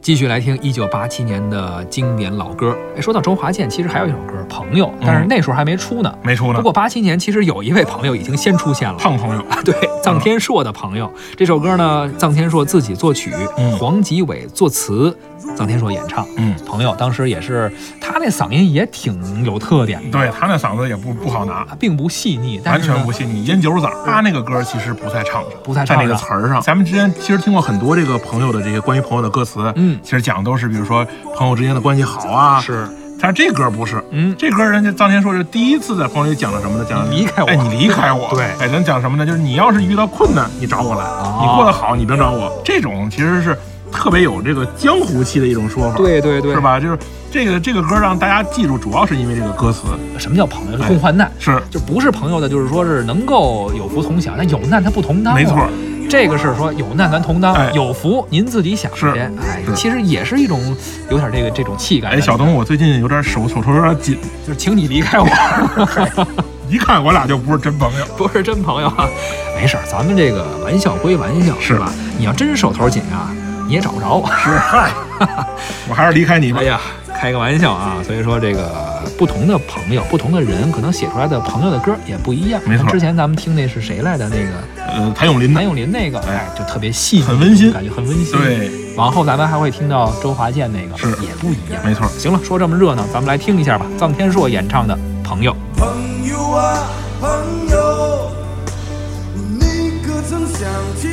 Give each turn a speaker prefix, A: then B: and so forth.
A: 继续来听一九八七年的经典老歌。哎，说到周华健，其实还有一首歌《朋
B: 嗯
A: 友》，但是那时候还没出呢。
B: 没出呢
A: 不。过八七年其实有一位朋友已经先出现了，
B: 胖朋友，
A: 对，臧天朔的朋友。这首歌呢，臧天朔自己作曲，
B: 嗯
A: 黄吉伟作词，臧天朔演唱。
B: 嗯，
A: 朋友当时也是，他那嗓音也挺有特点的，
B: 对他那嗓子也不不好拿，
A: 啊并不细腻，但
B: 完
A: 是呢嗯
B: 全不信你烟酒嗓儿。他那个歌其实不太唱着，
A: 不太唱着
B: 在那个词儿上。咱们之前其实听过很多这个朋友的这些关于朋友的歌词，
A: 嗯
B: 其实讲的都是比如说朋友之间的关系好啊，。
A: 是，
B: 但是这歌不是，
A: 嗯，
B: 这歌人家当天说是第一次在朋友里讲了什么呢？讲了
A: 你离开我
B: 哎，你离开我，
A: 对哦
B: 哎，咱讲什么呢？就是你要是遇到困难，你找我来，你过得好，你别找我。这种其实是特别有这个江湖气的一种说法，，
A: 对对对，
B: 是？吧？就是这个这个歌让大家记住，主要是因为这个歌词
A: 什么叫朋友？是共患难。
B: 是
A: 就不是朋友的，就是说是能够有福同享，但有难他不同当、啊
B: 没错，
A: 这个是说有难咱同当，
B: 哎
A: 有福您自己享去。
B: 是
A: 哎，
B: 是
A: 其实也是一种有点这个这种气概。
B: 哎，小东，我最近有点手手头有点紧，
A: 就是请你离开我，
B: 一看我俩就不是真朋友。
A: 不是真朋友啊。没事儿，咱们这个玩笑归玩笑，
B: 是
A: 吧？你要真手头紧啊，你也找不着我。
B: 是，嗨， 我还是离开你吧
A: 哎。呀，开个玩笑啊。所以说这个不同的朋友，不同的人，可能写出来的朋友的歌也不一样。
B: 没错
A: 像之前咱们听那是谁来的那个
B: 呃，谭咏麟的
A: 谭，咏麟那个，哎，就特别细腻，
B: 很温馨
A: 感觉很温馨。
B: 对，
A: 往后咱们还会听到周华健那个，
B: 是
A: 也不一样。
B: 没错。
A: 行了，说这么热闹，咱们来听一下吧，臧天朔演唱的《朋友》。
C: 朋友啊，朋友，你可曾想起啊